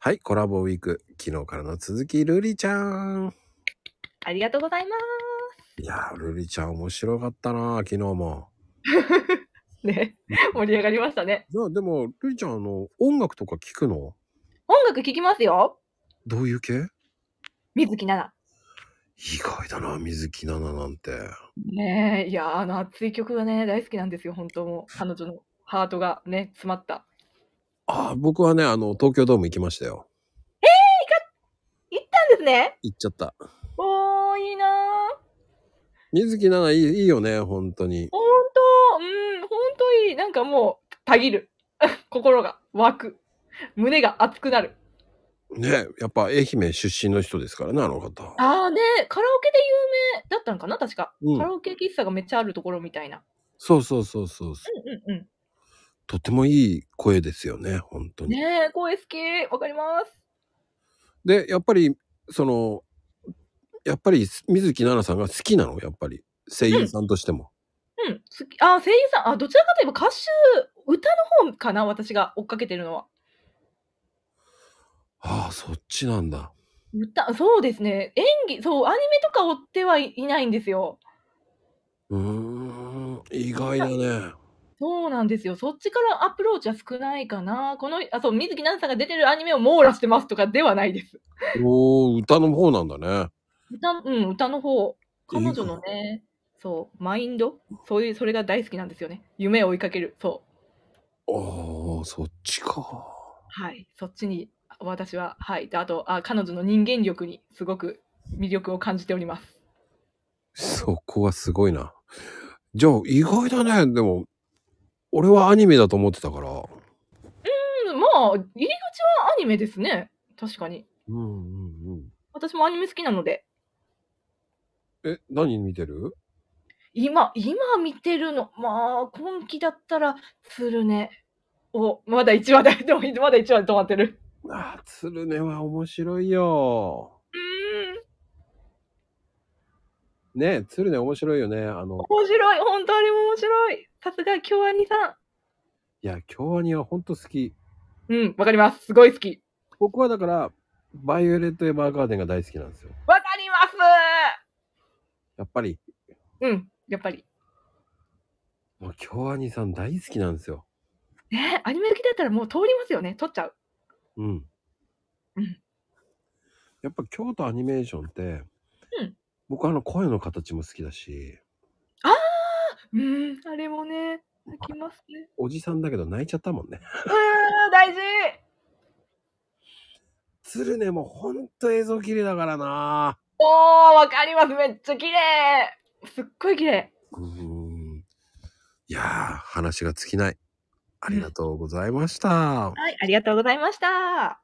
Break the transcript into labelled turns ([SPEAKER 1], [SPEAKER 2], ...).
[SPEAKER 1] はい、コラボウィーク、昨日からの続き、ルリちゃん。
[SPEAKER 2] ありがとうございま
[SPEAKER 1] いやー、ルリちゃん面白かったな昨日も。
[SPEAKER 2] す。ね、盛り上がりましたね。
[SPEAKER 1] いや、でも、ルリちゃん、あの、音楽とか聞くの
[SPEAKER 2] 音楽聴きますよ。
[SPEAKER 1] どういう系
[SPEAKER 2] 水木奈
[SPEAKER 1] 意外だな、水木奈々なんて。
[SPEAKER 2] 々。ねえ、いやー、あの熱い曲がね、大好きなんですよ、本当もう。彼女のハートがね、詰まった。
[SPEAKER 1] ああ、僕はね、あの、東京ドーム行きましたよ。
[SPEAKER 2] なんですね。
[SPEAKER 1] 行っちゃった。
[SPEAKER 2] おー、いいなー。
[SPEAKER 1] 水木奈々いいいいよね、本当に。
[SPEAKER 2] 本当うん、本当いい。なんかもう、たぎる。 心が湧く。胸が熱くなる。
[SPEAKER 1] ね、やっぱ愛媛出身の人ですからね、あの方。
[SPEAKER 2] あーね、カラオケで有名だったのかな、確か。
[SPEAKER 1] うん
[SPEAKER 2] カラオケ喫茶がめっちゃあるところみたいな。
[SPEAKER 1] そうそうそうそうそう。
[SPEAKER 2] うんうん
[SPEAKER 1] とてもいい声ですよね、本当
[SPEAKER 2] うん。
[SPEAKER 1] に。
[SPEAKER 2] ねえ、声好き。わかります。
[SPEAKER 1] で、やっぱり、その、やっぱり水木奈々さんが好きなの、やっぱり。声優さんとしても。
[SPEAKER 2] うん、好き。あ、声優さん。あ、どちらかといえば歌手、歌の方かな、私が追っかけてるのは。
[SPEAKER 1] ああ、そっちなんだ。
[SPEAKER 2] 歌、そうですね。演技、そう、アニメとか追ってはいいないんですよ。
[SPEAKER 1] うーん、意外だ ね。
[SPEAKER 2] そうなんですよ。そっちからアプローチは少ないかな。この、あ、そう、水木奈々さんが出てるアニメを網羅してますとかではないです。
[SPEAKER 1] おお、歌の方なんだね。
[SPEAKER 2] 歌、うん、歌の方。彼女
[SPEAKER 1] い
[SPEAKER 2] のね、そう、マインドそういう、それが大好きなんですよね。夢を追いかける。そう。
[SPEAKER 1] ああ、そっちか。
[SPEAKER 2] はい。そっちに、私は、はい。であと、あ、彼女の人間力に、すごく魅力を感じております。
[SPEAKER 1] そこはすごいな。じゃあ、意外だね。でも、俺はアニメだと思ってたから。
[SPEAKER 2] うんまあ、入り口はアニメですね。確かに。
[SPEAKER 1] うんうんうん。
[SPEAKER 2] 私もアニメ好きなので。
[SPEAKER 1] え、何見てる
[SPEAKER 2] 今、今見てるの。まあ、今期だったら、鶴ね。お、まだ1話だ。でも、まだ1話で止まってる。
[SPEAKER 1] ああ、鶴音は面白いよ。
[SPEAKER 2] うん。
[SPEAKER 1] ねえ、鶴音面白いよね。あの、
[SPEAKER 2] 面白い。本当あれも面白い。さすが、京アニさ
[SPEAKER 1] いや、京アニはほんと好き。
[SPEAKER 2] ん。うん、わかります。すごい好き。
[SPEAKER 1] 僕はだから、バイオレット・エヴァーガーデンが大好きなんですよ。
[SPEAKER 2] わかります
[SPEAKER 1] やっぱり、
[SPEAKER 2] うん、やっぱり。
[SPEAKER 1] もう京アニさん大好きなんですよ。
[SPEAKER 2] ねアニメ好きだったらもう通りますよね。撮っちゃう。
[SPEAKER 1] うん。
[SPEAKER 2] うん
[SPEAKER 1] やっぱ京都アニメーションって、
[SPEAKER 2] うん
[SPEAKER 1] 僕あの声の形も好きだし、
[SPEAKER 2] うん、あれもね、泣きますね。
[SPEAKER 1] おじさんだけど泣いちゃったもんね。
[SPEAKER 2] うん、大事
[SPEAKER 1] 鶴音もほんと映像綺麗だからな。
[SPEAKER 2] おー、わかります。めっちゃ綺麗。すっごい綺麗。
[SPEAKER 1] うーん。いやー、話が尽きない。ありがとうございました。
[SPEAKER 2] はい、ありがとうございました。